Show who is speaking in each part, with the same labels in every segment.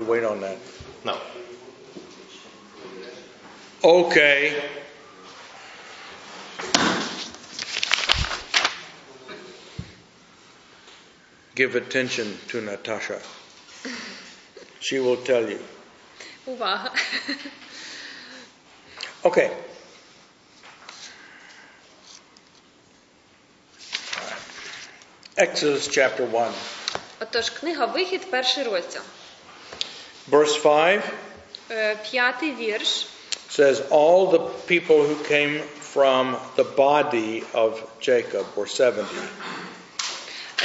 Speaker 1: wait on that.
Speaker 2: No.
Speaker 1: Okay. Give attention to Natasha. She will tell you.
Speaker 3: Увага.
Speaker 1: Okay. Exodus chapter 1,
Speaker 3: Отож, книга Вихід, перший розділ.
Speaker 1: verse 5
Speaker 3: Е, П'ятий вірш.
Speaker 1: says, All the people who came from the body of Jacob were 70.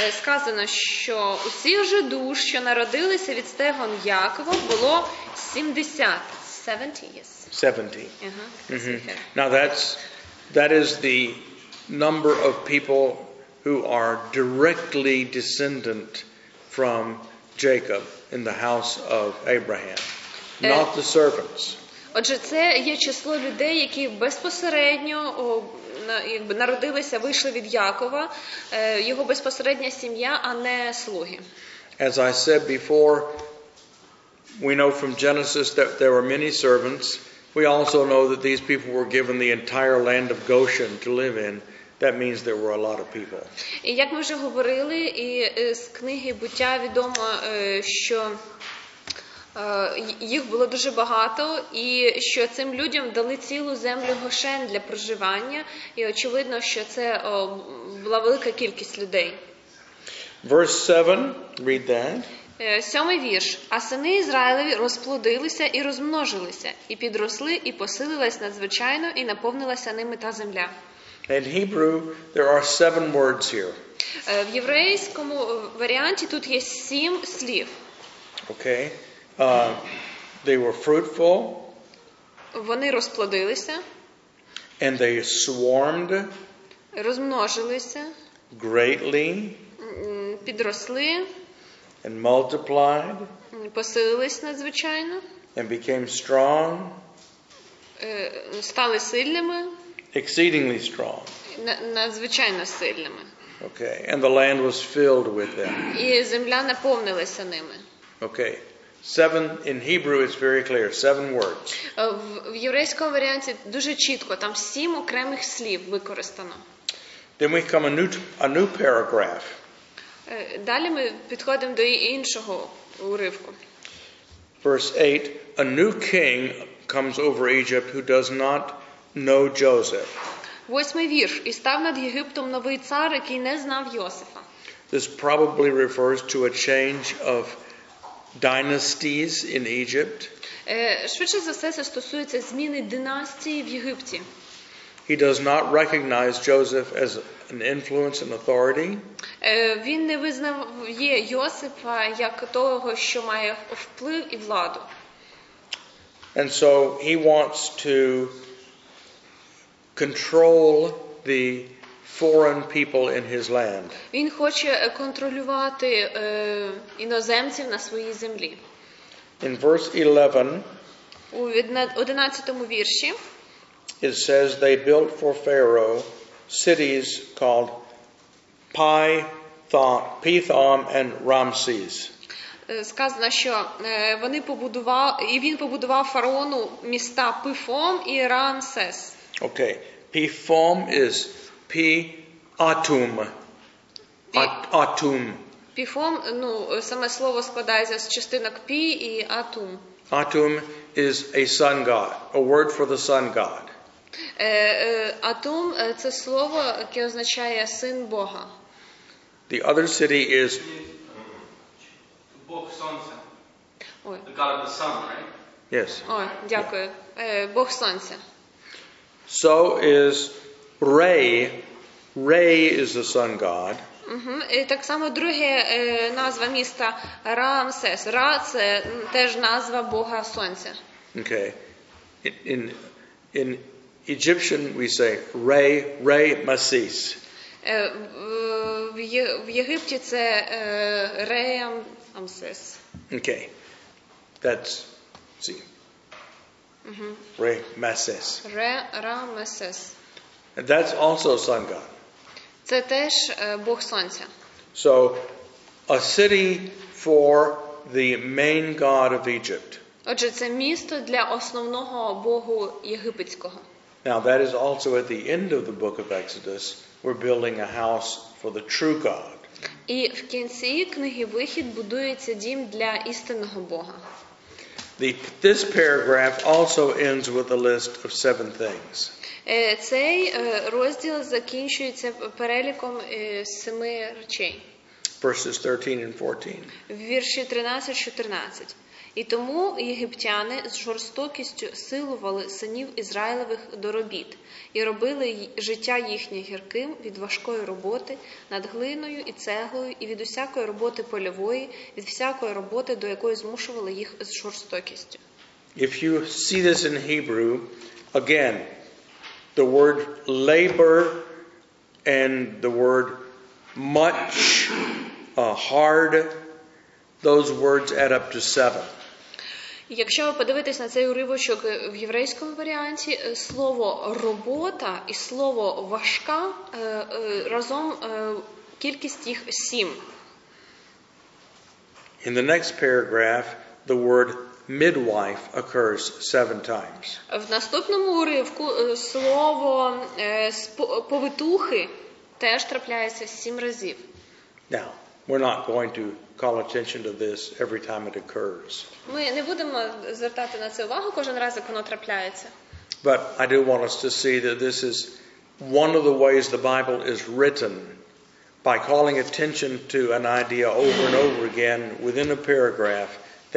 Speaker 3: Е, Сказано, що усіх же душ, що народилися від стегон Якова, було 70. 70, yes.
Speaker 1: 70.
Speaker 3: Ага.
Speaker 1: Mm-hmm. Now that's that is the number of people who are directly descendant from Jacob in the house of Abraham, not the servants.
Speaker 3: Отже, це є число людей, які безпосередньо о, на- якби, народилися, вийшли від Якова, е, його безпосередня сім'я, а не слуги.
Speaker 1: As I said before, we know from Genesis that there were many servants. We also know that these people were given the entire land of Goshen to live in. That means there were a lot of people.
Speaker 3: І як ми вже говорили, і е, з книги буття відомо, е, що е, й- їх було дуже багато, і що цим людям дали цілу землю гошен для проживання. І очевидно, що це о, була велика кількість людей.
Speaker 1: Verse 7, read that.
Speaker 3: Е, Сьомий вірш. А сини Ізраїлеві розплодилися і розмножилися, і підросли, і посилилась надзвичайно, і наповнилася ними та земля.
Speaker 1: In Hebrew, there are seven words here.
Speaker 3: Е, В єврейському е, варіанті тут є сім слів.
Speaker 1: Okay. Uh, they were fruitful
Speaker 3: Вони розплодилися,
Speaker 1: and they swarmed
Speaker 3: розмножилися,
Speaker 1: greatly
Speaker 3: м, підросли,
Speaker 1: and multiplied
Speaker 3: м, посилились надзвичайно,
Speaker 1: and became strong,
Speaker 3: е, стали сильними,
Speaker 1: exceedingly strong.
Speaker 3: на- надзвичайно сильними.
Speaker 1: Okay. And the land was filled with them.
Speaker 3: І земля наповнилася ними.
Speaker 1: Okay. Seven, in Hebrew, it's very clear seven words.
Speaker 3: Е, В, в єврейському варіанті дуже чітко там сім окремих слів використано.
Speaker 1: Then we come a new, a new paragraph.
Speaker 3: Е, Далі ми підходимо до іншого уривку.
Speaker 1: Verse 8 A new king comes over Egypt who does not know Joseph.
Speaker 3: Восьмий вірш. І став над Єгиптом новий цар, який не знав Йосифа.
Speaker 1: This probably refers to a change of dynasties in Egypt.
Speaker 3: Е, Швидше за все, це стосується зміни династії в Єгипті.
Speaker 1: He does not recognize Joseph as an influence and authority.
Speaker 3: Е, Він не визнає Йосипа як того, що має вплив і владу.
Speaker 1: And so he wants to control the foreign people in his land.
Speaker 3: Він хоче е, контролювати е, іноземців на своїй землі.
Speaker 1: In verse 11,
Speaker 3: У 11 вірші
Speaker 1: it says, They built for Pharaoh cities called Pi, Thom, Pithom, and Ramses.
Speaker 3: е, сказано, що е, вони побудував і він побудував фараону міста Пифом і Рамсес.
Speaker 1: Okay. Pifom is P atum. At, atum.
Speaker 3: Піфом, ну е, саме слово складається з частинок пі і атум.
Speaker 1: Atum is a sun god, a word for the sun god.
Speaker 3: Е, е, атум е, це слово, яке означає син Бога.
Speaker 1: The other city is
Speaker 4: Бог сонця.
Speaker 3: Ой,
Speaker 4: The God of the sun, right?
Speaker 1: yes.
Speaker 3: ой, дякую. Е, Бог сонця.
Speaker 1: So is Ray. Ray is the sun god.
Speaker 3: Угу. І так само друге е, назва міста Рамсес. Ра це м, теж назва Бога Сонця.
Speaker 1: Okay. In in, in Egyptian we say Ray Ray Masis.
Speaker 3: Е, в- в, Є- в Єгипті це е, Реям Амсес.
Speaker 1: Okay. That's see. Ray Masis.
Speaker 3: Ре Рамесес.
Speaker 1: And That's also sun god.
Speaker 3: Це теж е, Бог Сонця.
Speaker 1: So, a city for the main god of Egypt.
Speaker 3: Отже, це місто для основного богу єгипетського.
Speaker 1: Now, that is also at the end of the book of Exodus. We're building a house for the true God.
Speaker 3: І в кінці книги Вихід будується дім для істинного Бога.
Speaker 1: The, this paragraph also ends with a list of seven things.
Speaker 3: Е, Цей е, розділ закінчується переліком е, семи речей.
Speaker 1: Verses 13 and 14.
Speaker 3: Вірші 13-14. І тому єгиптяни з жорстокістю силували синів Ізраїлевих до робіт і робили й- життя їхнє гірким від важкої роботи над глиною і цеглою, і від усякої роботи польової, від всякої роботи, до якої змушували їх з жорстокістю.
Speaker 1: If you see this in Hebrew, again, the word labor and the word much, uh, hard, those words add up to seven.
Speaker 3: І Якщо ви подивитесь на цей уривочок е, в єврейському варіанті, е, слово робота і слово важка е, е, разом е, кількість їх сім.
Speaker 1: In the next paragraph, the word midwife occurs seven times.
Speaker 3: В наступному уривку е, слово е, спо- повитухи теж трапляється сім разів.
Speaker 1: Now, we're not going to call attention to this every time it occurs,
Speaker 3: Ми не будемо звертати на це увагу кожен раз, як воно трапляється.
Speaker 1: but I do want us to see that this is one of the ways the Bible is written by calling attention to an idea over and over again within a paragraph.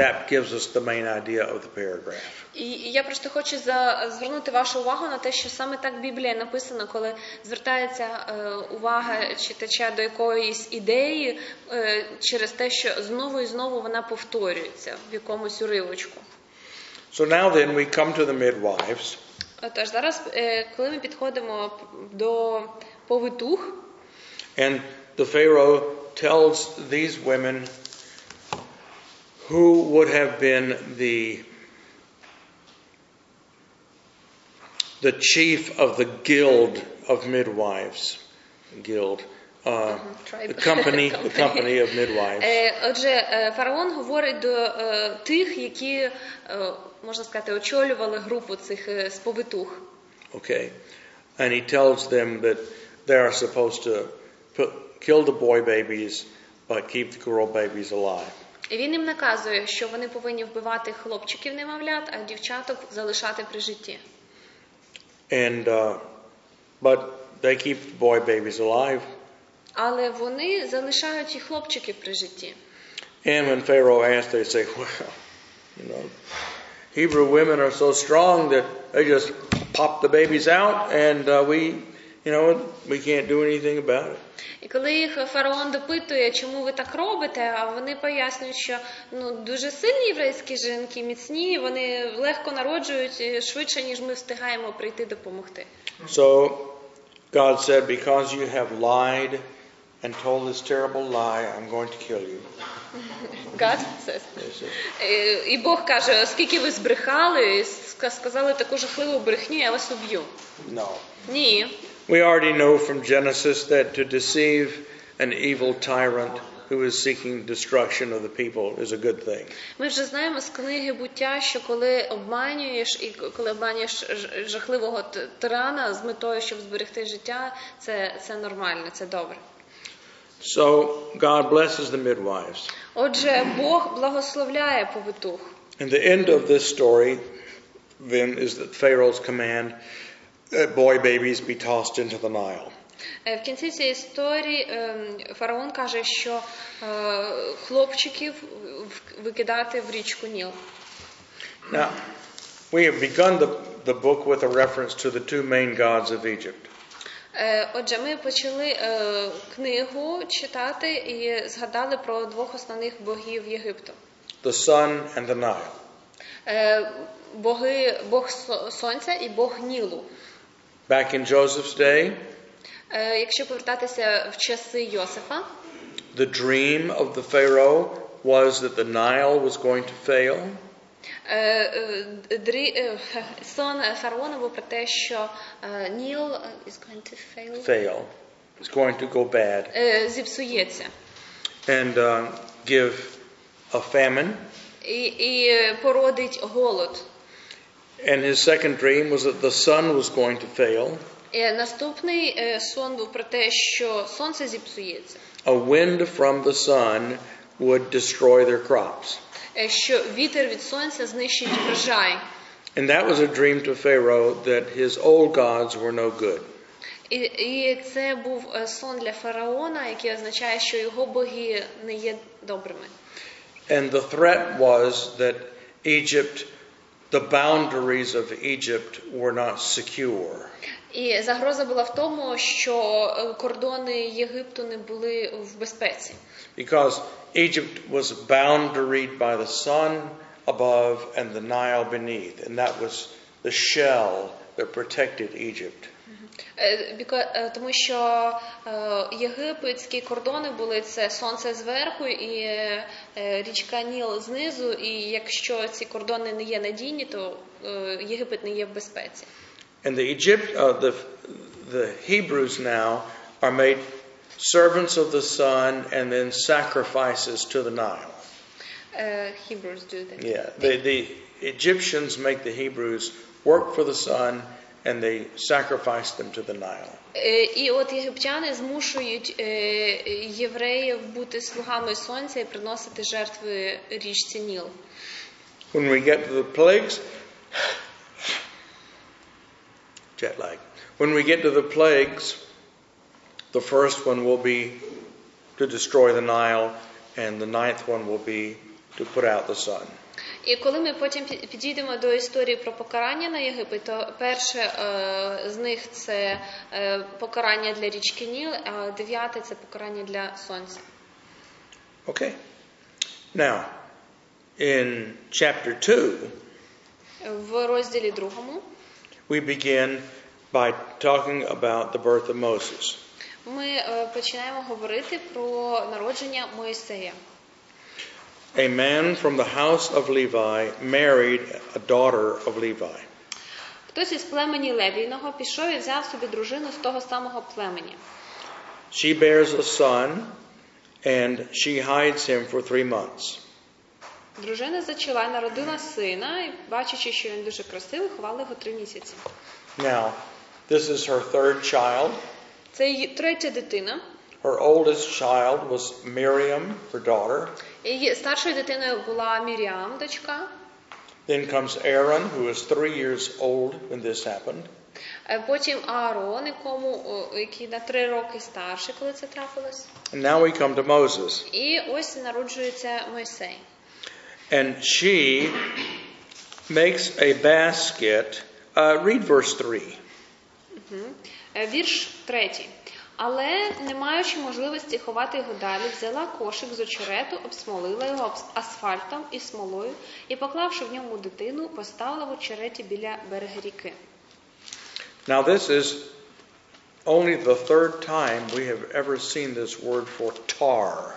Speaker 1: That gives us the main idea of the paragraph.
Speaker 3: І і я просто хочу за- звернути вашу увагу на те, що саме так Біблія написана, коли звертається е, увага читача до якоїсь ідеї е, через те, що знову і знову вона повторюється в якомусь уривочку.
Speaker 1: So now then, we come to the midwives,
Speaker 3: Отож, зараз, е, коли ми підходимо до повитух,
Speaker 1: and the Pharaoh tells these women who would have been the the chief of the guild of midwives, guild, uh,
Speaker 3: tribe. Eh.
Speaker 1: the company, the company of midwives.
Speaker 3: Е, Отже, е, фараон говорить до е, тих, які, е, можна сказати, очолювали групу цих е, сповитух.
Speaker 1: Okay, and he tells them that they are supposed to put, kill the boy babies, but keep the girl babies alive.
Speaker 3: І він їм наказує, що вони повинні вбивати хлопчиків немовлят, а дівчаток залишати при житті.
Speaker 1: And uh, but they keep the boy babies alive.
Speaker 3: Але вони залишають і хлопчиків при житті.
Speaker 1: And when Pharaoh asked, they say, "Well, you know, Hebrew women are so strong that they just pop the babies out, and uh, we, you know, we can't do anything about it."
Speaker 3: І коли їх фараон допитує, чому ви так робите, а вони пояснюють, що ну дуже сильні єврейські жінки, міцні, вони легко народжують е, швидше, ніж ми встигаємо прийти допомогти.
Speaker 1: So God said, "Because you have lied and told this terrible lie, I'm going to kill you."
Speaker 3: God says. Е, І Бог каже, оскільки ви збрехали і ска- сказали таку жахливу брехню, я вас уб'ю.
Speaker 1: No.
Speaker 3: Ні,
Speaker 1: We already know from Genesis that to deceive an evil tyrant who is seeking destruction of the people is a good thing.
Speaker 3: Ми вже знаємо з книги буття, що коли обманюєш і к- коли обманюєш ж- жахливого т- тирана з метою, щоб зберегти життя, це, це нормально, це добре.
Speaker 1: So God blesses the midwives.
Speaker 3: Отже, Бог благословляє повитух.
Speaker 1: And the end of this story then is that Pharaoh's command that boy babies be tossed into the Nile.
Speaker 3: Е, В кінці цієї історії ем, фараон каже, що е, хлопчиків в- викидати в річку Ніл.
Speaker 1: Now, we have begun the, the book with a reference to the two main gods of Egypt.
Speaker 3: Е, Отже, ми почали е, книгу читати і згадали про двох основних богів Єгипту.
Speaker 1: The sun and the Nile.
Speaker 3: Е, Боги, Бог со- Сонця і Бог Нілу.
Speaker 1: Back in Joseph's day,
Speaker 3: Е, Якщо повертатися в часи Йосифа,
Speaker 1: the dream of the Pharaoh was that the Nile was going to fail,
Speaker 3: е, е, дрі- е, сон фараона був про те, що е, Ніл е, is going to fail.
Speaker 1: fail, it's going to go bad,
Speaker 3: Е, зіпсується
Speaker 1: and uh, give a famine.
Speaker 3: і, і е, породить голод.
Speaker 1: And his second dream was that the sun was going to fail,
Speaker 3: Е, Наступний е, сон був про те, що сонце зіпсується,
Speaker 1: a wind from the sun would destroy their crops.
Speaker 3: е, що вітер від сонця знищить врожай.
Speaker 1: And that was a dream to Pharaoh that his old gods were no good.
Speaker 3: І, і це був е, сон для фараона, який означає, що його боги не є добрими.
Speaker 1: And the threat was that Egypt, the boundaries of Egypt were not secure.
Speaker 3: І загроза була в тому, що е, кордони Єгипту не були в безпеці,
Speaker 1: Because Egypt was boundaried by the sun above and the Nile beneath, and that was the shell that protected Egypt.
Speaker 3: Е, біка- е, тому що е, єгипетські кордони були це сонце зверху і е, е, річка Ніл знизу. І якщо ці кордони не є надійні, то е, Єгипет не є в безпеці.
Speaker 1: And the Egypt, uh, the the Hebrews now are made servants of the sun and then sacrifices to the Nile.
Speaker 3: Е, Hebrews do that.
Speaker 1: Yeah, the the Egyptians make the Hebrews work for the sun and they sacrifice them to the Nile.
Speaker 3: Е, І от єгиптяни змушують е, євреїв бути слугами сонця і приносити жертви річці Ніл.
Speaker 1: When we get to the plagues, jet lag. When we get to the plagues, the first one will be to destroy the Nile, and the ninth one will be to put out the sun.
Speaker 3: І коли ми потім пі- підійдемо до історії про покарання на Єгипет, то перше е, з них це е, покарання для річки Ніл, а дев'яте це покарання для сонця.
Speaker 1: Okay. Now, in chapter 2,
Speaker 3: В розділі другому
Speaker 1: we begin by talking about the birth of Moses.
Speaker 3: ми е, починаємо говорити про народження Моїсея.
Speaker 1: A man from the house of Levi married a daughter of Levi.
Speaker 3: Хтось із племені Левійного пішов і взяв собі дружину з того самого племені.
Speaker 1: She bears a son, and she hides him for three months.
Speaker 3: Дружина зачала, і народила сина, і бачачи, що він дуже красивий, ховала його три місяці.
Speaker 1: Now, this is her third child.
Speaker 3: Це її третя дитина.
Speaker 1: Her oldest child was Miriam, her daughter.
Speaker 3: Її старшою дитиною була Міріам, дочка.
Speaker 1: Then comes Aaron, who was three years old when this happened.
Speaker 3: Е, Потім Аарон, якому, о, який на три роки старший, коли це трапилось.
Speaker 1: And now we come to Moses.
Speaker 3: І ось народжується Мойсей.
Speaker 1: And she makes a basket. Uh, read verse 3.
Speaker 3: Е, Вірш третій. Але, не маючи можливості ховати його далі, взяла кошик з очерету, обсмолила його обс- асфальтом і смолою і, поклавши в ньому дитину, поставила в очереті біля берега ріки.
Speaker 1: Now, this is only the third time we have ever seen this word for tar.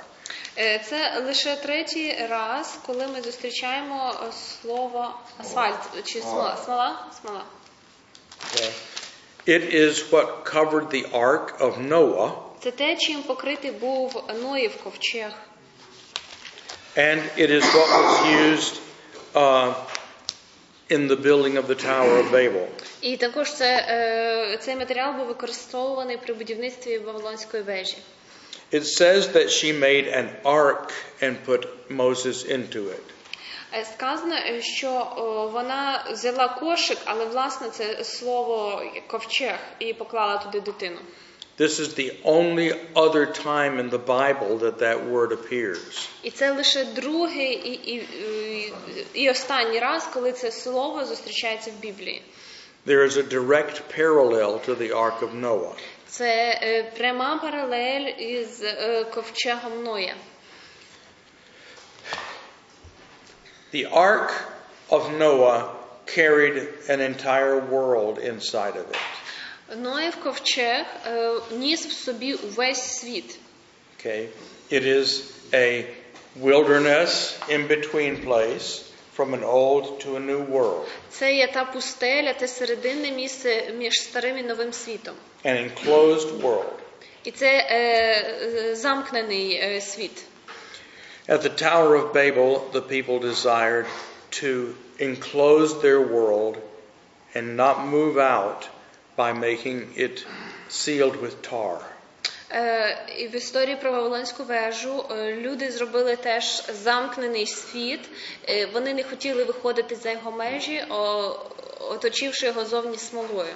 Speaker 3: Е, Це лише третій раз, коли ми зустрічаємо е, слово асфальт чи смола. Смола? Смола.
Speaker 1: Okay. It is what covered the ark of Noah,
Speaker 3: Це те, чим покритий був Ноїв ковчег.
Speaker 1: and it is what was used uh, in the building of the Tower of Babel.
Speaker 3: І також це, е, цей матеріал був використовуваний при будівництві Вавилонської вежі.
Speaker 1: It says that she made an ark and put Moses into it.
Speaker 3: Е, Сказано, е, що о, вона взяла кошик, але власне це слово ковчег і поклала туди дитину.
Speaker 1: This is the only other time in the Bible that that word appears.
Speaker 3: І це лише другий і, і, і, і останній раз, коли це слово зустрічається в Біблії.
Speaker 1: There is a direct parallel to the Ark of Noah.
Speaker 3: Це е, пряма паралель із е, ковчегом Ноя.
Speaker 1: The Ark of Noah carried an entire world inside of it.
Speaker 3: Ноєв ковчег е, ніс в собі увесь світ.
Speaker 1: Okay? It is a wilderness in between place from an old to a new world
Speaker 3: Це є та пустеля, те серединне місце між старим і новим світом.
Speaker 1: an enclosed world.
Speaker 3: І це е, е, замкнений е, світ.
Speaker 1: At the Tower of Babel, the people desired to enclose their world and not move out by making it sealed with tar.
Speaker 3: Е, І в історії про Вавилонську вежу е, люди зробили теж замкнений світ. Е, Вони не хотіли виходити за його межі, о- оточивши його зовні смолою.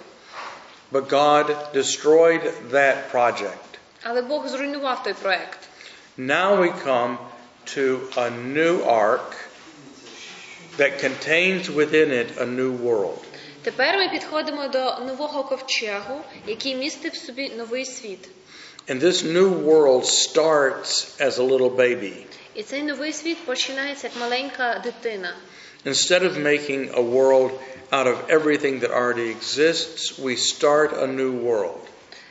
Speaker 1: But God destroyed that project.
Speaker 3: Але Бог зруйнував той проект.
Speaker 1: Now we come to a new ark that contains within it a new world.
Speaker 3: Тепер ми підходимо до нового ковчегу, який містив в собі новий світ.
Speaker 1: And this new world starts as a little baby.
Speaker 3: І цей новий світ починається як маленька дитина.
Speaker 1: Instead of making a world out of everything that already exists, we start a new world.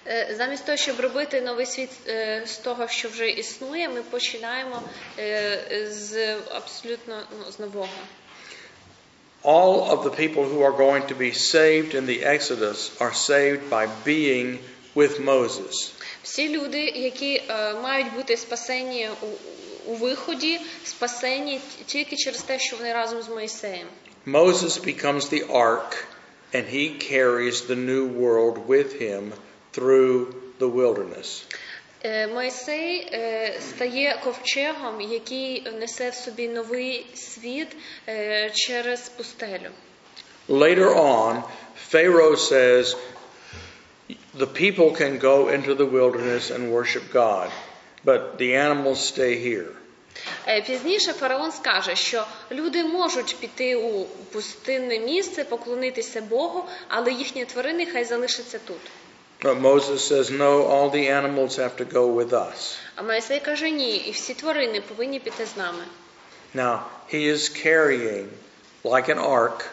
Speaker 3: Е, Замість того, щоб робити новий світ е, з того, що вже існує, ми починаємо е, з абсолютно ну, з нового.
Speaker 1: All of the people who are going to be saved in the Exodus are saved by being with Moses.
Speaker 3: Всі люди, які е, мають бути спасені у- у виході, спасені т- тільки через те, що вони разом з Моїсеєм.
Speaker 1: Moses becomes the ark, and he carries the new world with him through the wilderness.
Speaker 3: Е, Мойсей е, стає ковчегом, який несе в собі новий світ е, через пустелю.
Speaker 1: Later on, Pharaoh says, The people can go into the wilderness and worship God, but the animals stay here.
Speaker 3: Е, Пізніше фараон скаже, що люди можуть піти у пустинне місце, поклонитися Богу, але їхні тварини хай залишаться тут.
Speaker 1: But Moses says, No, all the animals have to go with us.
Speaker 3: А Мойсей каже ні, і всі тварини повинні піти з нами.
Speaker 1: Now, he is carrying, like an ark,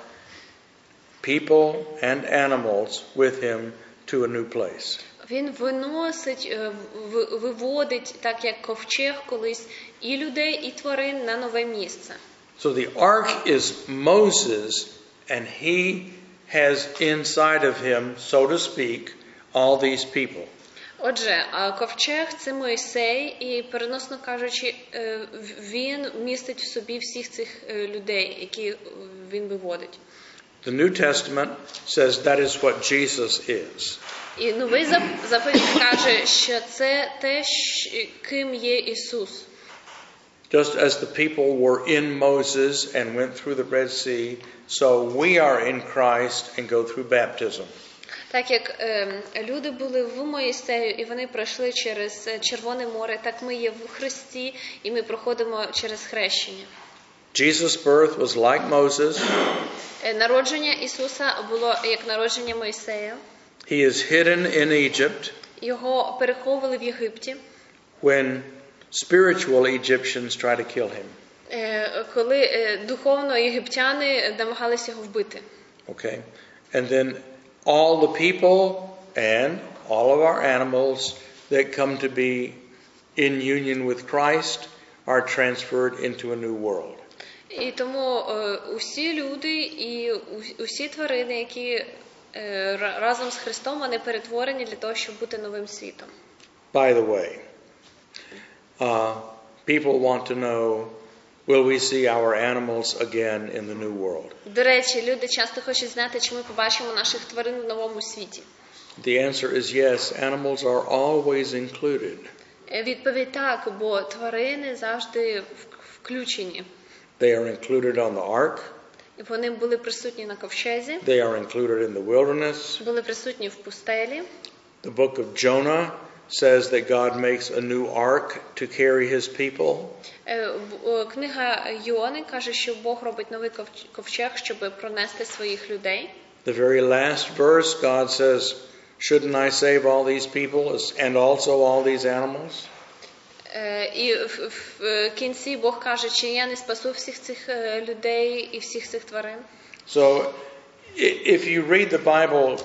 Speaker 1: people and animals with him to a new place.
Speaker 3: Він виносить, е, в- виводить, так як ковчег колись, і людей, і тварин на нове місце.
Speaker 1: So the ark is Moses, and he has inside of him, so to speak, all these people.
Speaker 3: Отже, а ковчег це Мойсей, і переносно кажучи, е, в- він містить в собі всіх цих е, людей, які е, він виводить.
Speaker 1: The New Testament says that is what Jesus is.
Speaker 3: І новий Зап- заповіт каже, що це те, щ- ким є Ісус.
Speaker 1: Just as the people were in Moses and went through the Red Sea, so we are in Christ and go through baptism.
Speaker 3: Так як е, люди були в Моїсею і вони пройшли через е, Червоне море, так ми є в Христі, і ми проходимо через хрещення.
Speaker 1: Jesus' birth was like Moses.
Speaker 3: Е, Народження Ісуса було як народження Моїсея.
Speaker 1: He is hidden in Egypt
Speaker 3: Його переховували в Єгипті.
Speaker 1: when spiritual Egyptians try to kill him.
Speaker 3: Е, коли е, духовно єгиптяни намагалися його вбити.
Speaker 1: Okay? And then all the people and all of our animals that come to be in union with Christ are transferred into a new world.
Speaker 3: І тому е, усі люди і у- усі тварини, які е, ра- разом з Христом вони перетворені для того, щоб бути новим світом.
Speaker 1: By the way, uh, people want to know will we see our animals again in the new world?
Speaker 3: До речі, люди часто хочуть знати, чи ми побачимо наших тварин в новому світі.
Speaker 1: The answer is yes, animals are always included.
Speaker 3: Е, Відповідь так, бо тварини завжди в- включені.
Speaker 1: They are included on the ark,
Speaker 3: І Вони були присутні на ковчезі,
Speaker 1: they are included in the wilderness.
Speaker 3: були присутні в пустелі.
Speaker 1: The book of Jonah says that God makes a new ark to carry his people.
Speaker 3: Е, в- о, Книга Йони каже, що Бог робить новий ковч- ковчег, щоб пронести своїх людей.
Speaker 1: The very last verse, God says, Shouldn't I save all these people as- and also all these animals?
Speaker 3: Е, І в- в в кінці Бог каже, чи я не спасу всіх цих е, людей і всіх цих тварин.
Speaker 1: So i- if you read the Bible,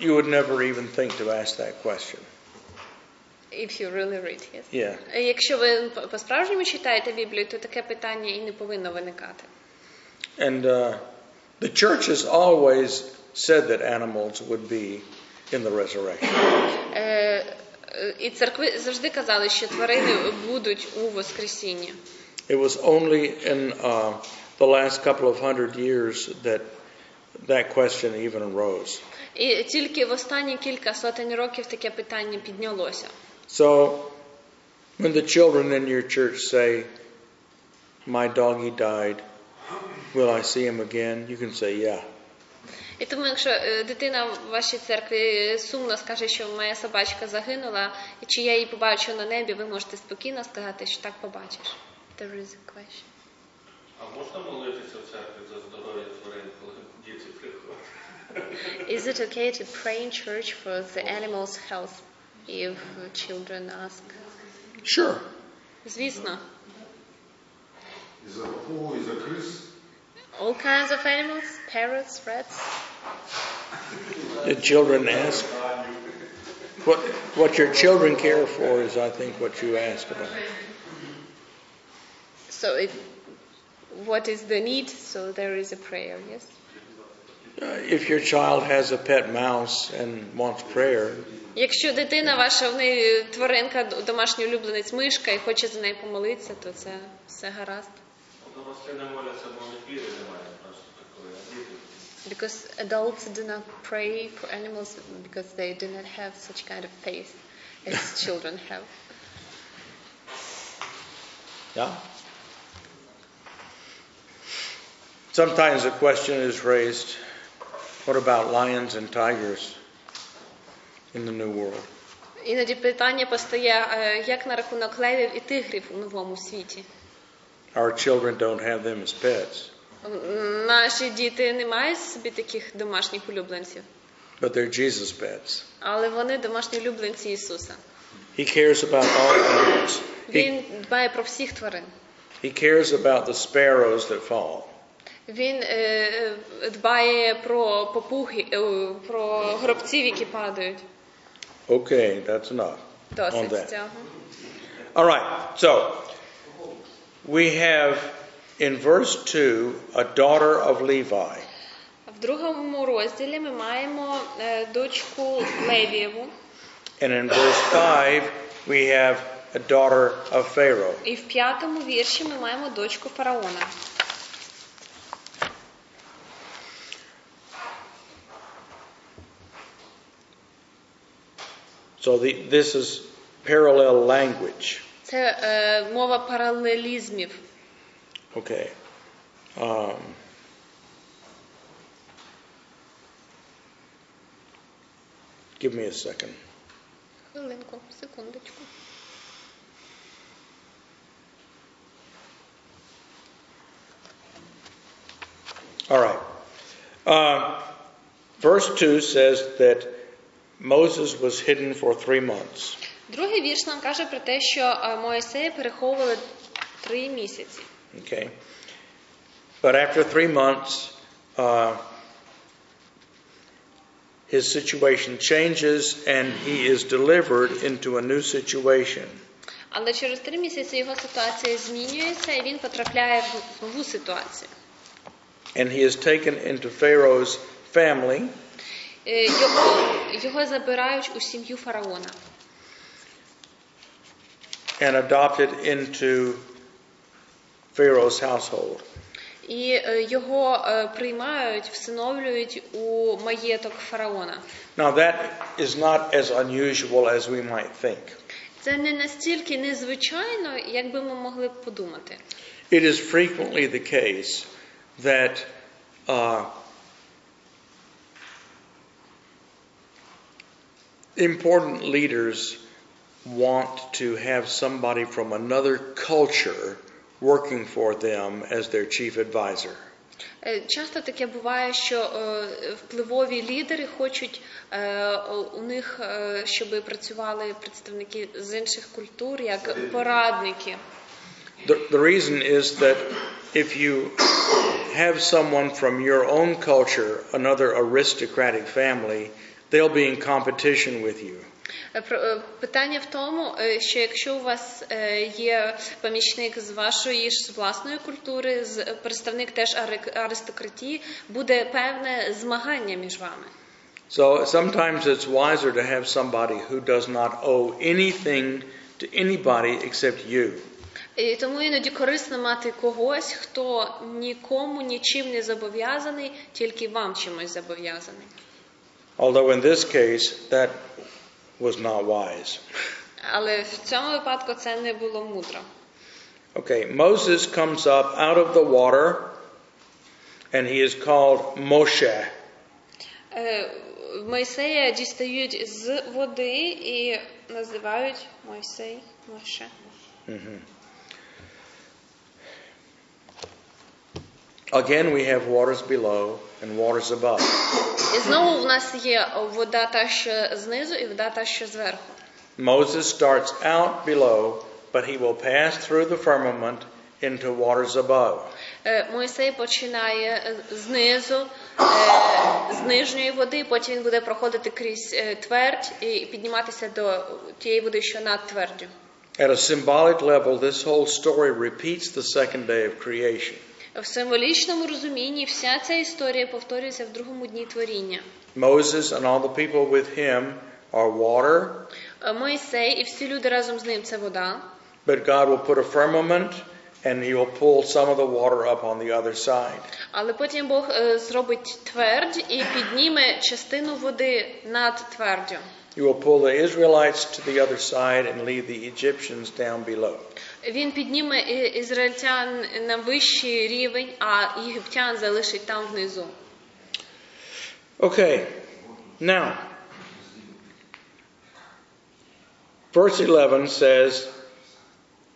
Speaker 1: you would never even think to ask that question.
Speaker 3: If you really read, yes.
Speaker 1: Yeah.
Speaker 3: Е, Якщо ви по- по-справжньому читаєте Біблію, то таке питання і не повинно виникати.
Speaker 1: And uh, the church has always said that animals would be in the resurrection.
Speaker 3: Е, е, І церкви завжди казали, що тварини будуть у Воскресінні.
Speaker 1: It was only in uh, the last couple of hundred years that that question even arose.
Speaker 3: І тільки в останні кілька сотень років таке питання піднялося.
Speaker 1: So, when the children in your church say, My doggy died, will I see him again? You can say, Yeah.
Speaker 3: І тому, якщо е, дитина в вашій церкві е, сумно скаже, що моя собачка загинула, і чи я її побачу на небі, ви можете спокійно сказати, що так побачиш. There is a question.
Speaker 2: А можна молитися в церкві за здоров'я тварин, коли діти приходять?
Speaker 3: Is it okay to pray in church for the animals' health if children ask?
Speaker 1: Sure.
Speaker 3: Звісно.
Speaker 4: І за папу, і за крис.
Speaker 3: All kinds of animals, parrots, rats.
Speaker 1: The children ask. What, what your children care for is, I think, what you ask about.
Speaker 3: So it, what is the need? So there is a prayer, yes?
Speaker 1: Uh, if your child has a pet mouse and wants prayer,
Speaker 3: Якщо дитина ваша в неї тваринка, домашній улюбленець мишка і хоче за неї помолитися, то це все гаразд.
Speaker 2: Дорослі не моляться, бо в них віри немає просто такої, а діти.
Speaker 3: Because adults do not pray for animals because they do not have such kind of faith as children have.
Speaker 1: yeah. Sometimes a question is raised: What about lions and tigers in the New World?
Speaker 3: Іноді питання постає, е, як на рахунок левів і тигрів у новому світі.
Speaker 1: Our children don't have them as pets,
Speaker 3: М, Наші діти не мають собі таких домашніх улюбленців,
Speaker 1: but they're Jesus' pets.
Speaker 3: але вони домашні улюбленці Ісуса.
Speaker 1: He cares about all animals. He,
Speaker 3: Він дбає про всіх тварин.
Speaker 1: he cares about the sparrows that fall.
Speaker 3: Він е, е, дбає про попуги, е, про гробців, які падають.
Speaker 1: Okay, that's enough. on
Speaker 3: Досить
Speaker 1: that.
Speaker 3: цього.
Speaker 1: All right, so we have in verse 2 a daughter of Levi.
Speaker 3: В другому розділі ми маємо е, дочку Левієву,
Speaker 1: And in verse 5, we have a daughter of Pharaoh.
Speaker 3: і в п'ятому вірші ми маємо дочку фараона.
Speaker 1: So the, this is parallel language.
Speaker 3: Це е, мова паралелізмів.
Speaker 1: Okay. Um, give me a second.
Speaker 3: Хвилинку, секундочку.
Speaker 1: All right. Uh, verse 2 says that Moses was hidden for three months.
Speaker 3: Другий вірш нам каже про те, що е, Моїсея переховували три місяці.
Speaker 1: Okay. But after three months, uh, his situation changes and he is delivered into a new situation.
Speaker 3: Але через три місяці його ситуація змінюється, і він потрапляє в нову ситуацію.
Speaker 1: And he is taken into Pharaoh's family,
Speaker 3: Е, Його, його забирають у сім'ю фараона
Speaker 1: and adopted into Pharaoh's household.
Speaker 3: і е, його е, приймають, всиновлюють у маєток фараона.
Speaker 1: Now, that is not as unusual as we might think.
Speaker 3: Це не настільки незвичайно, як би ми могли б подумати.
Speaker 1: It is frequently the case that uh, important leaders want to have somebody from another culture working for them as their chief advisor.
Speaker 3: Е, Часто таке буває, що е, впливові лідери хочуть е, у них, щоб працювали представники з інших культур як порадники.
Speaker 1: The, the reason is that if you have someone from your own culture, another aristocratic family, they'll be in competition with you.
Speaker 3: Е, про- е, Питання в тому, е, що якщо у вас е, є помічник з вашої ж власної культури, з е, представник теж ари- аристократії, буде певне змагання між вами.
Speaker 1: So sometimes it's wiser to have somebody who does not owe anything to anybody except you.
Speaker 3: І І тому іноді корисно мати когось, хто нікому нічим не зобов'язаний, тільки вам чимось зобов'язаний.
Speaker 1: Although in this case, that was not wise.
Speaker 3: Але в цьому випадку це не було мудро.
Speaker 1: Okay, Moses comes up out of the water and he is called Moshe.
Speaker 3: Е, Мойсея дістають з води і називають Мойсей Моше.
Speaker 1: Again, we have waters below and waters above.
Speaker 3: І знову в нас є вода та, що знизу, і вода та, що зверху.
Speaker 1: Moses starts out below, but he will pass through the firmament into waters above.
Speaker 3: Е, Мойсей починає е, знизу, е, з нижньої води, потім він буде проходити крізь е, твердь і підніматися до тієї води, що над твердю.
Speaker 1: At a symbolic level, this whole story repeats the second day of creation.
Speaker 3: В символічному розумінні вся ця історія повторюється в другому дні творіння.
Speaker 1: Moses and all the people with him are water,
Speaker 3: Е, Мойсей і всі люди разом з ним це вода.
Speaker 1: but God will put a firmament and he will pull some of the water up on the other side.
Speaker 3: Але потім Бог е, зробить твердь і підніме частину води над твердю.
Speaker 1: He will pull the Israelites to the other side and leave the Egyptians down below.
Speaker 3: Він підніме і- ізраїльтян на вищий рівень, а єгиптян залишить там внизу.
Speaker 1: Okay, now, verse 11 says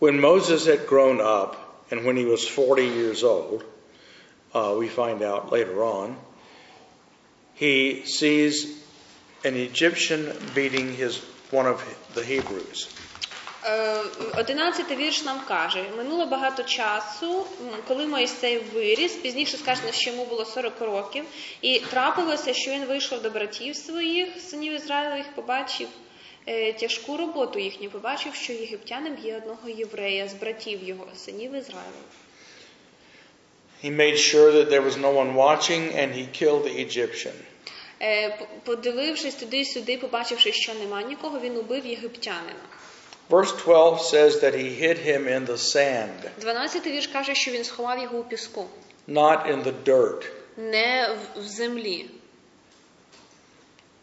Speaker 1: When Moses had grown up, and when he was 40 years old, uh, we find out later on, he sees an Egyptian beating his one of the Hebrews.
Speaker 3: Е, Одинадцятий вірш нам каже: минуло багато часу, м, коли Мойсей виріс. Пізніше сказано, що йому було 40 років, і трапилося, що він вийшов до братів своїх, синів Ізраїлевих, побачив е, тяжку роботу їхню, побачив, що єгиптянам є одного єврея з братів його, синів Ізраїлевих.
Speaker 1: He made sure that there was no one watching, and he killed the Egyptian.
Speaker 3: Е, п- Подивившись туди-сюди, побачивши, що нема нікого, він убив єгиптянина.
Speaker 1: Verse 12 says that he hid him in the sand,
Speaker 3: 12 вірш каже, що він сховав його у піску,
Speaker 1: not in the dirt.
Speaker 3: не в- в землі.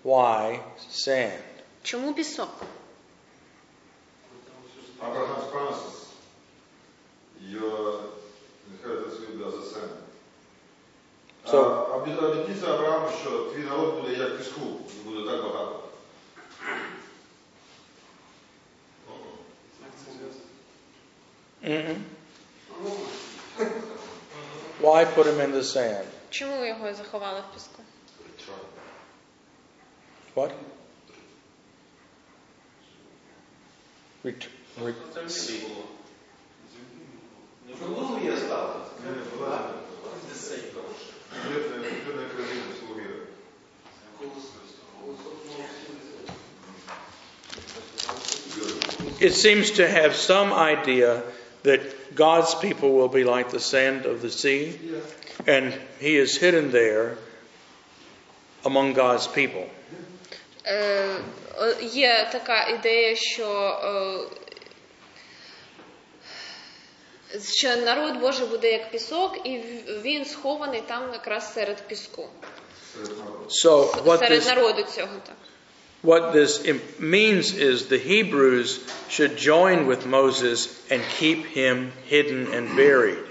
Speaker 1: Why sand?
Speaker 3: Чому пісок?
Speaker 4: Abraham Francis, your inheritance will be as a Uh, sand.
Speaker 1: So-
Speaker 4: А, обі- Обітниця Аврааму, що твій народ буде як піску, і буде так багато.
Speaker 1: Mm-mm. Why put him in the sand?
Speaker 3: Чому його заховали в піску?
Speaker 1: What? Ret- re-
Speaker 2: Це в землі було. Не було.
Speaker 5: Ну, я став.
Speaker 4: Конкретна конкретна країна слуги.
Speaker 1: It seems to have some idea that God's people will be like the sand of the sea, and he is hidden there among God's people.
Speaker 3: Е, о- є така ідея, що, е, що народ Божий буде як пісок, і в- він схований там якраз серед піску,
Speaker 4: Серед народу.
Speaker 1: So what
Speaker 3: серед
Speaker 1: this
Speaker 3: народу цього. Так.
Speaker 1: What this im- means is the Hebrews should join with Moses and keep him hidden and buried.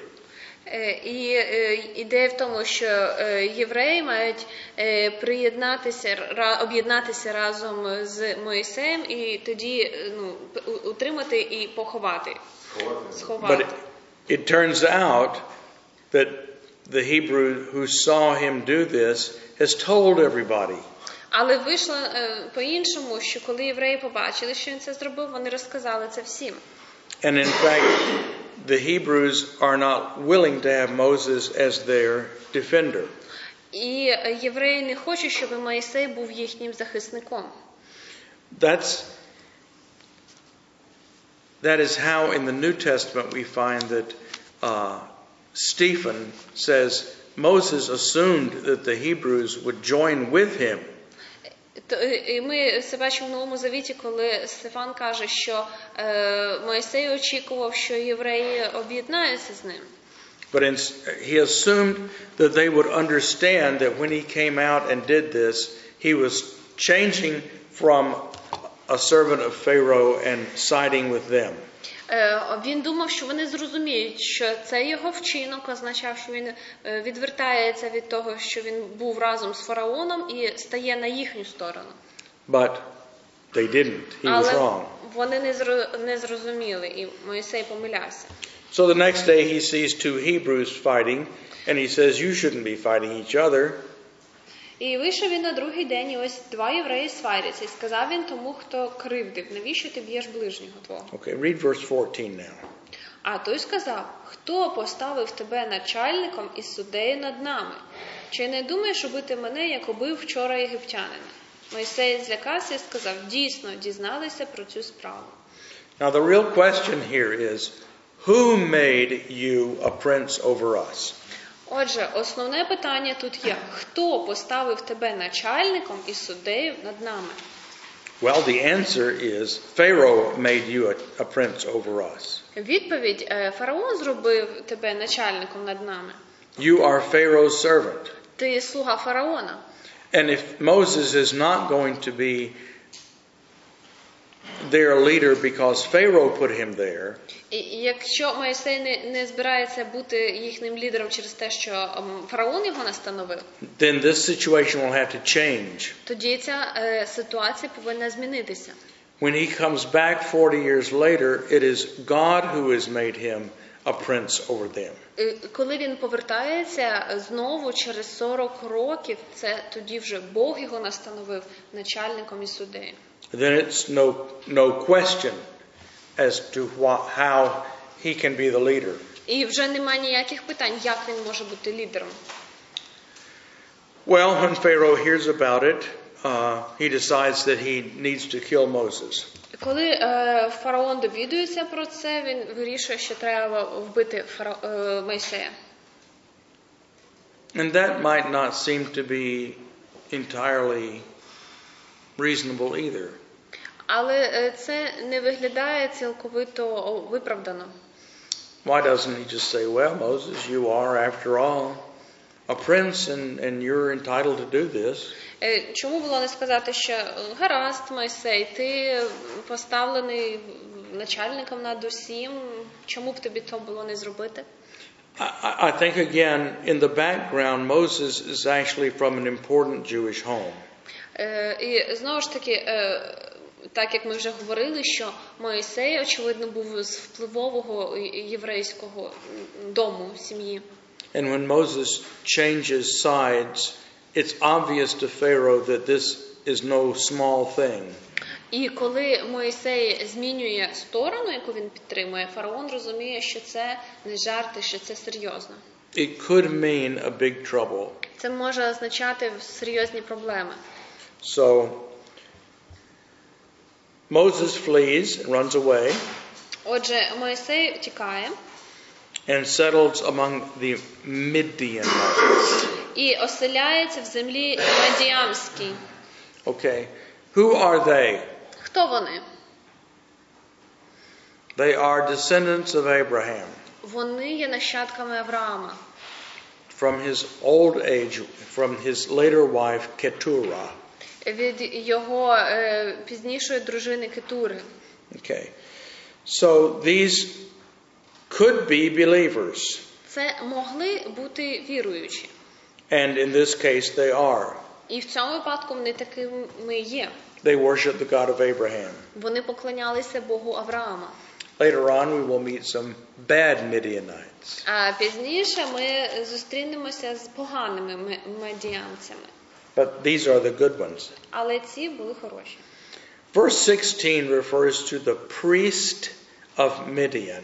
Speaker 3: Е, І е, ідея в тому, що е, євреї мають е, приєднатися ра- об'єднатися разом з Моїсеєм і тоді е, ну, п- у- утримати і поховати,
Speaker 4: Ховати.
Speaker 1: But
Speaker 3: сховати.
Speaker 1: it, it turns out that the Hebrew who saw him do this has told everybody.
Speaker 3: Але вийшло е, по-іншому, що коли євреї побачили, що він це зробив, вони розказали це всім.
Speaker 1: And in fact, the Hebrews are not willing to have Moses as their defender.
Speaker 3: І е, євреї не хочуть, щоб Моїсей був їхнім захисником.
Speaker 1: That's that is how in the New Testament we find that uh, Stephen says Moses assumed that the Hebrews would join with him,
Speaker 3: То, е, і ми це бачимо в Новому Завіті, коли Стефан каже, що е, Моїсей очікував, що євреї об'єднаються з ним.
Speaker 1: But in, he assumed that they would understand that when he came out and did this, he was changing from a servant of Pharaoh and siding with them.
Speaker 3: Е, Він думав, що вони зрозуміють, що це його вчинок означав, що він е, відвертається від того, що він був разом з фараоном і стає на їхню сторону.
Speaker 1: But they didn't. He was
Speaker 3: Але
Speaker 1: wrong.
Speaker 3: вони не зро- не зрозуміли, і Моїсей помилявся.
Speaker 1: So the next day he sees two Hebrews fighting, and he says, You shouldn't be fighting each other.
Speaker 3: І вийшов він на другий день, і ось два євреї сваряться, і сказав він тому, хто кривдив, навіщо ти б'єш ближнього твого?
Speaker 1: Okay, read verse 14 now.
Speaker 3: А той сказав: Хто поставив тебе начальником і суддею над нами? Чи не думаєш убити мене, як убив вчора єгиптянина? Мойсей злякався і сказав: Дійсно, дізналися про цю справу.
Speaker 1: Now, the real question here is Who made you a prince over us?
Speaker 3: Отже, основне питання тут є: хто поставив тебе начальником і суддею над нами?
Speaker 1: Well, the answer is Pharaoh made you a, a prince over us.
Speaker 3: Відповідь е, фараон зробив тебе начальником над нами.
Speaker 1: You are Pharaoh's servant.
Speaker 3: Ти слуга фараона.
Speaker 1: And if Moses is not going to be their leader because Pharaoh put him there,
Speaker 3: І і якщо Моїсей не, не збирається бути їхнім лідером через те, що ем, фараон його настановив,
Speaker 1: then this situation will have to change.
Speaker 3: тоді ця е, ситуація повинна змінитися.
Speaker 1: When he comes back 40 years later, it is God who has made him a prince over them.
Speaker 3: Е, Коли він повертається е, знову через 40 років, це тоді вже Бог його настановив начальником і суддею.
Speaker 1: Then it's no, no question as to wha- how he can be the leader.
Speaker 3: І вже немає ніяких питань, як він може бути лідером.
Speaker 1: Well, when Pharaoh hears about it, uh, he decides that he needs to kill Moses.
Speaker 3: Коли е, фараон довідується про це, він вирішує, що треба вбити фара... е, Мойсея.
Speaker 1: And that might not seem to be entirely reasonable either.
Speaker 3: Але е, це не виглядає цілковито о, виправдано.
Speaker 1: Why doesn't he just say, Well, Moses, you are, after all, a prince and, and you're entitled to do this?
Speaker 3: Е, Чому було не сказати, що е, гаразд, Мойсей, ти поставлений начальником над усім, чому б тобі то було не зробити?
Speaker 1: I, I- I think, again, in the background, Moses is actually from an important Jewish home.
Speaker 3: Е, І знову ж таки, е, так як ми вже говорили, що Мойсей, очевидно, був з впливового і- і єврейського м, дому сім'ї.
Speaker 1: And when Moses changes sides, it's obvious to Pharaoh that this is no small thing.
Speaker 3: І коли Моїсей змінює сторону, яку він підтримує, фараон розуміє, що це не жарти, що це серйозно.
Speaker 1: It could mean a big trouble.
Speaker 3: Це може означати серйозні проблеми.
Speaker 1: So Moses flees and runs away
Speaker 3: Отже, Моїсей тікає
Speaker 1: and settles among the Midianites.
Speaker 3: і оселяється в землі Мадіамській.
Speaker 1: Okay, who are they?
Speaker 3: Хто вони?
Speaker 1: They are descendants of Abraham.
Speaker 3: Вони є нащадками Авраама.
Speaker 1: from his old age, from his later wife Keturah.
Speaker 3: Від його е, пізнішої дружини Кетури.
Speaker 1: Okay, so these could be believers,
Speaker 3: Це могли бути віруючі,
Speaker 1: and in this case, they are.
Speaker 3: і в цьому випадку вони такими є.
Speaker 1: They worship the God of Abraham.
Speaker 3: Вони поклонялися Богу Авраама.
Speaker 1: Later on, we will meet some bad Midianites.
Speaker 3: А пізніше ми зустрінемося з поганими ме- медіанцями,
Speaker 1: But these are the good ones.
Speaker 3: але ці були хороші.
Speaker 1: Verse 16 refers to the priest of Midian.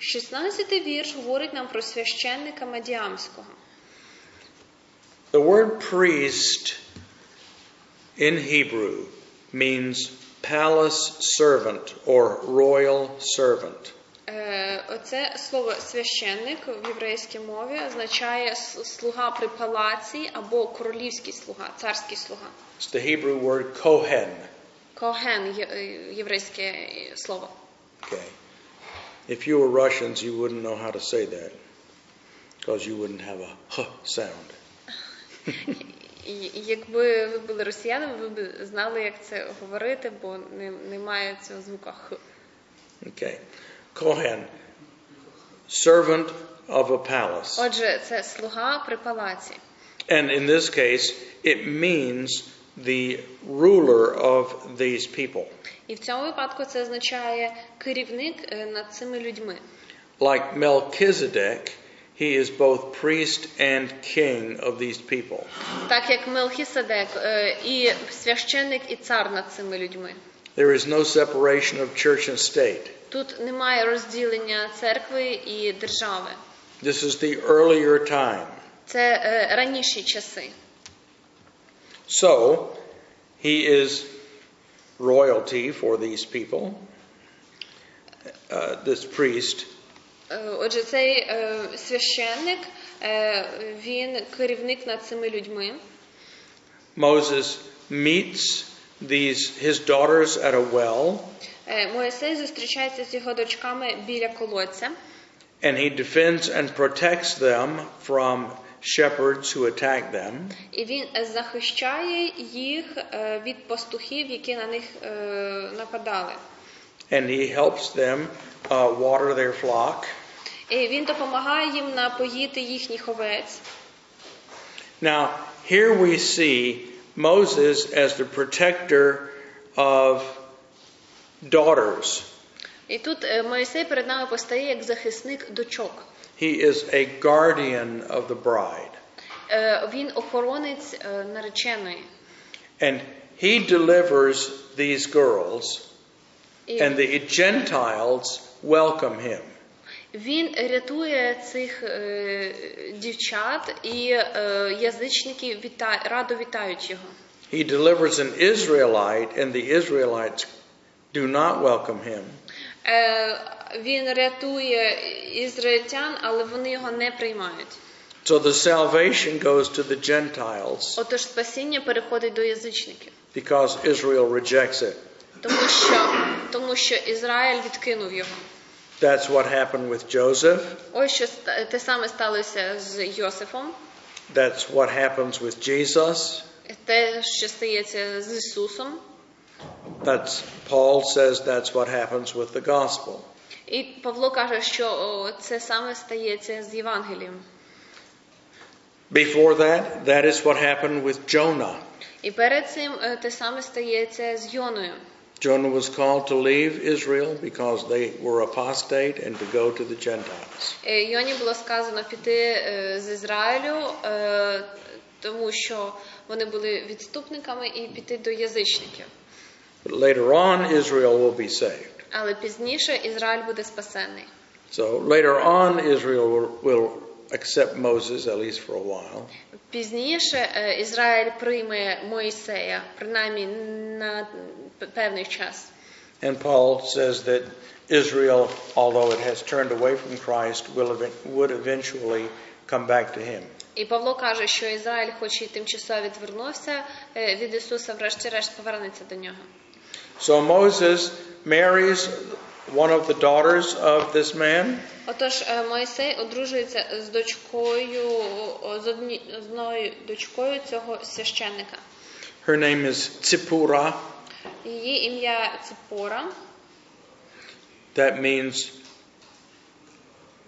Speaker 3: 16-й вірш говорить нам про священника Мадіамського.
Speaker 1: The word priest in Hebrew means palace servant or royal servant.
Speaker 3: Е, Оце слово священник в єврейській мові означає с- слуга при палаці або королівський слуга, царський слуга.
Speaker 1: It's the Hebrew word kohen.
Speaker 3: Коген є- е, єврейське е, слово.
Speaker 1: Okay. If you were Russians, you wouldn't know how to say that because you wouldn't have a huh sound.
Speaker 3: І і якби ви були росіянами, ви б знали, як це говорити, бо не, немає цього звука х.
Speaker 1: Okay. Kohen, servant of a palace.
Speaker 3: Отже, це слуга при палаці.
Speaker 1: And in this case, it means the ruler of these people.
Speaker 3: І в цьому випадку це означає керівник е, над цими людьми.
Speaker 1: Like Melchizedek, he is both priest and king of these people.
Speaker 3: Так як Мелхіседек е, і священник, і цар над цими людьми.
Speaker 1: There is no separation of church and state.
Speaker 3: Тут немає розділення церкви і держави.
Speaker 1: This is the earlier time.
Speaker 3: Це е, раніші часи.
Speaker 1: So, he is royalty for these people, uh, this priest,
Speaker 3: Е, Отже, цей е, священник е, він керівник над цими людьми.
Speaker 1: Moses meets these his daughters at a well
Speaker 3: Е, Моїсей зустрічається з його дочками біля колодця,
Speaker 1: and he defends and protects them from shepherds who attack them.
Speaker 3: і він е, захищає їх е, від пастухів, які на них е, нападали.
Speaker 1: And he helps them uh, water their flock.
Speaker 3: І він допомагає їм напоїти їхніх овець.
Speaker 1: Now, here we see Moses as the protector of daughters.
Speaker 3: І тут е, Моїсей перед нами постає як захисник дочок.
Speaker 1: He is a guardian of the bride.
Speaker 3: Е, Він охоронець е, нареченої.
Speaker 1: And he delivers these girls,
Speaker 3: І
Speaker 1: and the Gentiles welcome him.
Speaker 3: він рятує цих е, дівчат, і е, язичники віта... радо вітають його.
Speaker 1: He delivers an Israelite, and the Israelites do not welcome him.
Speaker 3: Е, він рятує ізраїльтян, але вони його не приймають.
Speaker 1: So the salvation goes to the Gentiles
Speaker 3: Отож, спасіння переходить до язичників,
Speaker 1: because Israel rejects it.
Speaker 3: тому що, тому що Ізраїль відкинув його.
Speaker 1: That's what happened with Joseph.
Speaker 3: Ось що ста- те саме сталося з Йосифом,
Speaker 1: That's what happens with Jesus.
Speaker 3: те, що стається з Ісусом.
Speaker 1: That's Paul says that's what happens with the gospel.
Speaker 3: І Павло каже, що о, це саме стається з Євангелієм.
Speaker 1: Before that, that is what happened with Jonah.
Speaker 3: І перед цим е, те саме стається з Йоною.
Speaker 1: Jonah was called to leave Israel because they were apostate and to go to the Gentiles.
Speaker 3: Е, Йоні було сказано піти е, з Ізраїлю, е, тому що вони були відступниками і піти до язичників.
Speaker 1: But later on, Israel will be saved.
Speaker 3: Але пізніше Ізраїль буде спасений.
Speaker 1: So later on, Israel will, will accept Moses, at least for a while.
Speaker 3: Пізніше е, Ізраїль прийме Моїсея, принаймні на п- певний час.
Speaker 1: And Paul says that Israel, although it has turned away from Christ, will ev- would eventually come back to him.
Speaker 3: І Павло каже, що Ізраїль, хоч і тимчасово відвернувся е, від Ісуса, врешті-решт повернеться до нього.
Speaker 1: So Moses marries one of the daughters of this man,
Speaker 3: Отож, е, Мойсей одружується з дочкою о, з одні з одною дочкою цього священника.
Speaker 1: her name is Tzipporah.
Speaker 3: Її ім'я Ципора.
Speaker 1: That means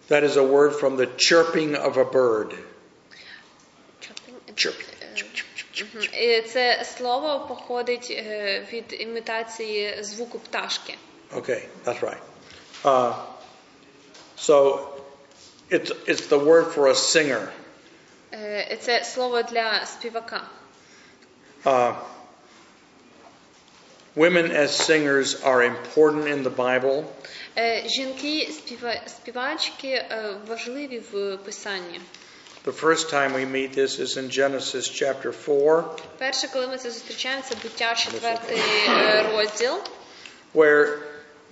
Speaker 1: that is a word from the chirping of a bird.
Speaker 3: Чоп. Мгм. І Це слово походить е, від імітації звуку пташки.
Speaker 1: Okay, that's right. Uh, so it's it's the word for a singer.
Speaker 3: Е, Це слово для співака.
Speaker 1: Uh, women as singers are important in the Bible.
Speaker 3: Е, Жінки співа- співачки е, важливі в писанні.
Speaker 1: The first time we meet this is in Genesis chapter four,
Speaker 3: Перше, коли ми це зустрічаємо, це буття четвертий е, розділ.
Speaker 1: where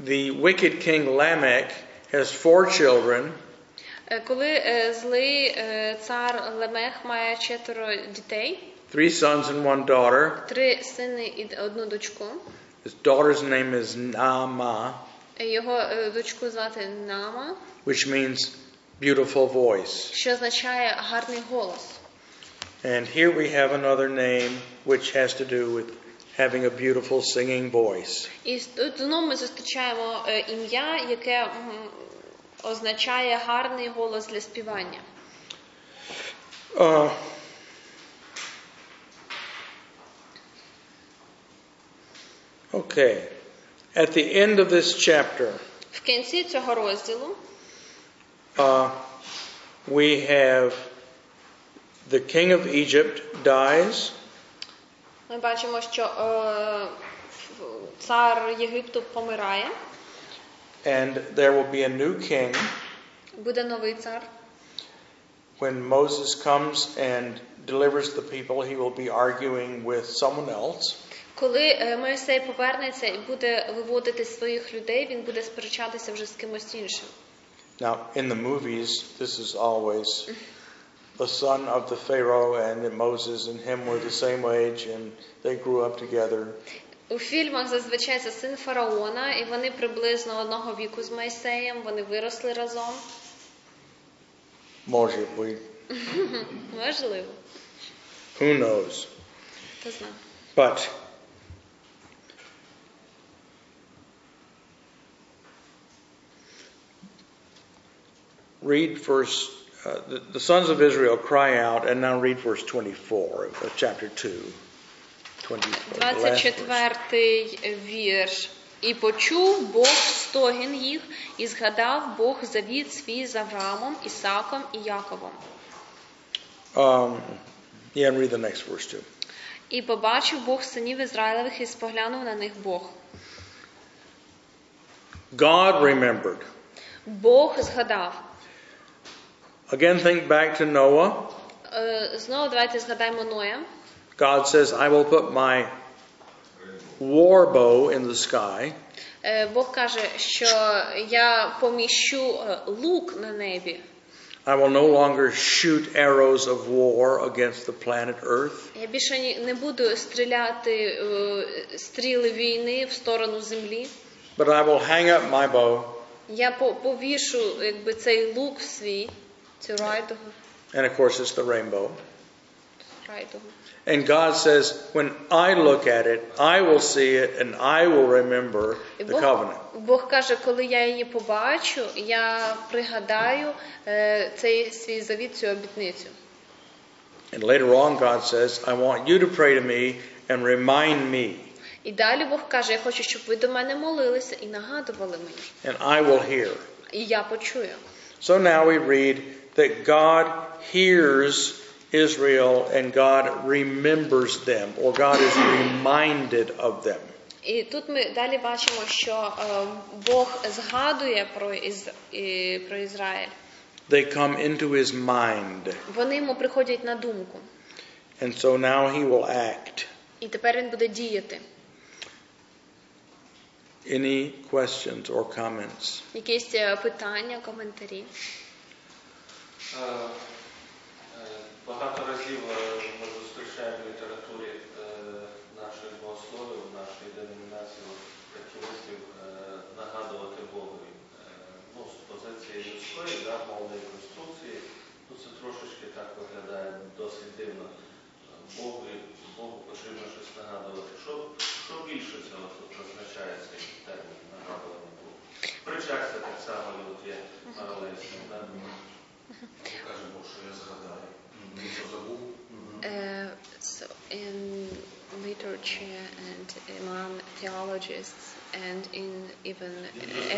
Speaker 1: the wicked king Lamech has four children,
Speaker 3: Е, Коли е, злий е, цар Лемех має четверо дітей,
Speaker 1: three sons and one daughter.
Speaker 3: три сини і одну дочку.
Speaker 1: His daughter's нame is Naamah,
Speaker 3: Е, Його е, дочку звати Нама,
Speaker 1: which means beautiful voice.
Speaker 3: що означає гарний голос.
Speaker 1: And here we have another name which has to do with having a beautiful singing voice.
Speaker 3: І с- тут знову ми зустрічаємо е, ім'я, яке м, означає гарний голос для співання.
Speaker 1: Uh, okay. At the end of this chapter,
Speaker 3: В кінці цього розділу
Speaker 1: uh, we have the king of Egypt dies.
Speaker 3: ми бачимо, що е, ф- цар Єгипту помирає,
Speaker 1: And there will be a new king
Speaker 3: буде новий цар.
Speaker 1: when Moses comes and delivers the people. He will be arguing with someone else.
Speaker 3: Коли е, Мойсей повернеться і буде виводити своїх людей, він буде сперечатися вже з кимось іншим.
Speaker 1: Now, in the movies, this is always the son of the Pharaoh and Moses and him were the same age and they grew up together.
Speaker 3: У фільмах зазвичай це син фараона, і вони приблизно одного віку з Мойсеєм, вони виросли разом.
Speaker 1: Може, we,
Speaker 3: Можливо,
Speaker 1: who knows?
Speaker 3: хто знає.
Speaker 1: But read verse. Uh, the, the sons of Israel cry out, and now read verse 24 of, of chapter 2. 24, the last verse.
Speaker 3: 24 вірш. І почув Бог стогін їх, і згадав Бог завіт свій з Авраамом, Ісаком і Яковом.
Speaker 1: Um, yeah, and read the next verse too.
Speaker 3: І побачив Бог синів Ізраїлевих і споглянув на них Бог.
Speaker 1: God remembered.
Speaker 3: Бог згадав.
Speaker 1: Again, think back to Noah.
Speaker 3: Е, Знову давайте згадаємо Ноя.
Speaker 1: God says, I will put my war bow in the sky,
Speaker 3: Е, Бог каже, що я поміщу е, лук на небі.
Speaker 1: I will no longer shoot arrows of war against the planet Earth.
Speaker 3: Я більше ні- не буду стріляти е, стріли війни в сторону землі.
Speaker 1: But I will hang up my bow,
Speaker 3: Я по- повішу якби цей лук свій, цю райдугу.
Speaker 1: and of course it's the rainbow.
Speaker 3: райдугу.
Speaker 1: And God says, When I look at it, I will see it and I will remember
Speaker 3: І
Speaker 1: the covenant.
Speaker 3: Бог каже, коли я її побачу, я пригадаю е, цей свій завіт, цю обітницю.
Speaker 1: And later on, God says, I want you to pray to me and remind me,
Speaker 3: І далі Бог каже: Я хочу, щоб ви до мене молилися і нагадували мені.
Speaker 1: and I will hear.
Speaker 3: І я почую.
Speaker 1: So now we read that God hears Israel and God remembers them, or God is reminded of them.
Speaker 3: І тут ми далі бачимо, що е, Бог згадує про, Із... і- про Ізраїль.
Speaker 1: They come into his mind,
Speaker 3: Вони йому приходять на думку,
Speaker 1: and so now he will act.
Speaker 3: і тепер він буде діяти.
Speaker 1: Any questions or comments?
Speaker 3: Якісь е, питання, коментарі.
Speaker 2: Е, е, Багато разів е, ми зустрічаємо в літературі е, наших богословів, нашої деномінації практивістів нагадувати Богові. Е, Ну, з позиції людської, да, мовної конструкції, ну це трошечки так виглядає досить дивно. Богу, Богу потрібно щось нагадувати. Що, що більше цього тут означає цей термін нагадування Богу? Причастя так само і от є паралельним. Да?
Speaker 4: Каже Бог, що я згадаю. Ну, що забув?
Speaker 3: Uh, so in literature and among theologists and in even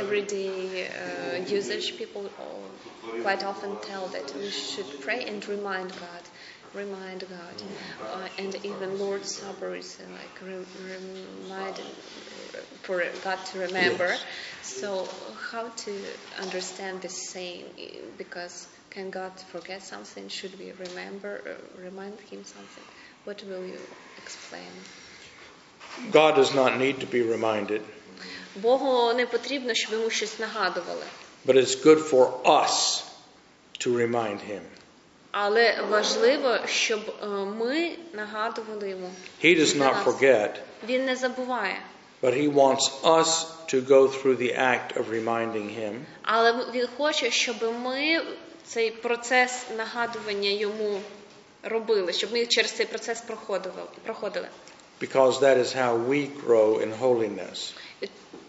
Speaker 3: everyday uh, usage, people all quite often tell that we should pray and remind God, remind God, uh, and even Lord's Supper is uh, like re- remind for God to remember. So how to understand this saying? Because can God forget something? Should we remember, uh, remind Him something? What will you explain?
Speaker 1: God does not need to be reminded.
Speaker 3: Богу не потрібно, щоб йому щось нагадували.
Speaker 1: but it's good for us to remind him.
Speaker 3: Але важливо, щоб е, ми нагадували йому.
Speaker 1: He does not forget,
Speaker 3: Він не забуває,
Speaker 1: but he wants us to go through the act of reminding him
Speaker 3: але він хоче, щоб ми цей процес нагадування йому робили, щоб ми через цей процес проходили. проходили.
Speaker 1: because that is how we grow in holiness.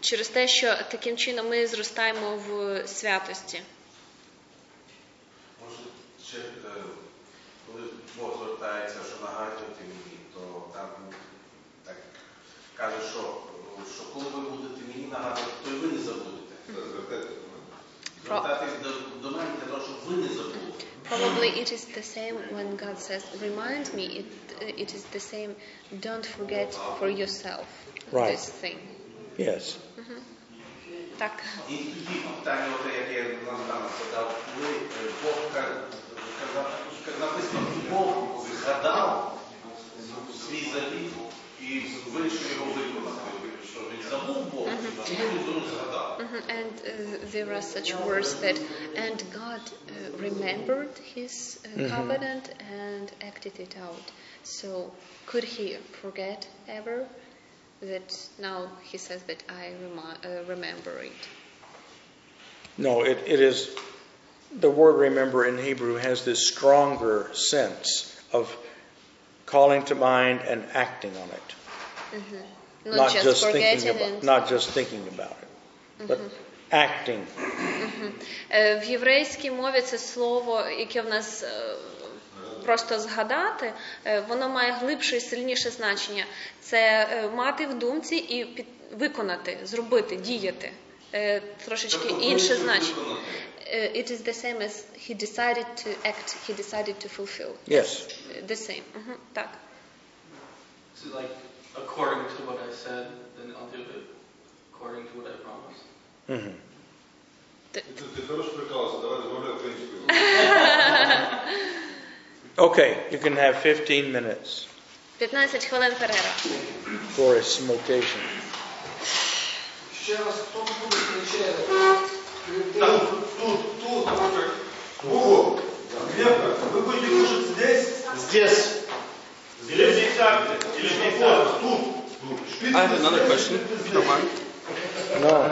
Speaker 3: Через те, що таким чином ми зростаємо в святості.
Speaker 2: Може, ще е, коли Бог звертається, що нагадуйте мені, то там він так каже, що, е, що коли ви будете мені нагадувати, то й ви не забудете.
Speaker 4: Так, звертайтесь до мене.
Speaker 3: Про-
Speaker 2: Звертатись до, до мене для того, щоб ви не забули.
Speaker 3: Probably it is the same when God says, "Remind me." It it is the same. Don't forget for yourself
Speaker 1: Right.
Speaker 3: this thing.
Speaker 1: Yes.
Speaker 3: Так,
Speaker 2: І тоді питання, оте, яке я нам нам задав, коли е, Бог ка- казав, ка- написано, Бог згадав свій завіт і вирішив його виконати. Що він забув Бог, чому він його не згадав?
Speaker 3: Mhm, and uh, there are such words that, and God uh, remembered His
Speaker 1: Mm-hmm.
Speaker 3: uh, covenant and acted it out. So could He forget ever? That now He says that I remi- uh, remember it.
Speaker 1: No, it, it is, the word remember in Hebrew has this stronger sense of calling to mind and acting on it,
Speaker 3: Not,
Speaker 1: not
Speaker 3: just,
Speaker 1: just thinking
Speaker 3: forgetting Mm-hmm.
Speaker 1: about,
Speaker 3: and
Speaker 1: not just thinking about it, but acting.
Speaker 3: Е, В єврейській мові це слово, яке в нас е, просто згадати, е, воно має глибше і сильніше значення. Це е, мати в думці і під... виконати, зробити, діяти. Е, Трошечки інше значення. Е, It is the same as he decided to act, he decided to fulfill. Е,
Speaker 1: Yes.
Speaker 3: The same. Мгм, Так.
Speaker 5: So like according to what I said, then I'll do it according to what I promised.
Speaker 1: hmm
Speaker 4: І тут Ти хорош прикалався, давай розмовляй українською.
Speaker 1: Okay, you can have 15 minutes
Speaker 3: 15 хвилин перерва.
Speaker 1: for a smotation.
Speaker 6: Ще раз, хто буде кричати?
Speaker 4: Там, тут, тут, Богу, крепко, вы будете кушать здесь?
Speaker 6: Здесь.
Speaker 4: Или здесь так? Или здесь так? Тут, тут. Шпиц,
Speaker 5: I have another question. If you don't mind.
Speaker 1: No.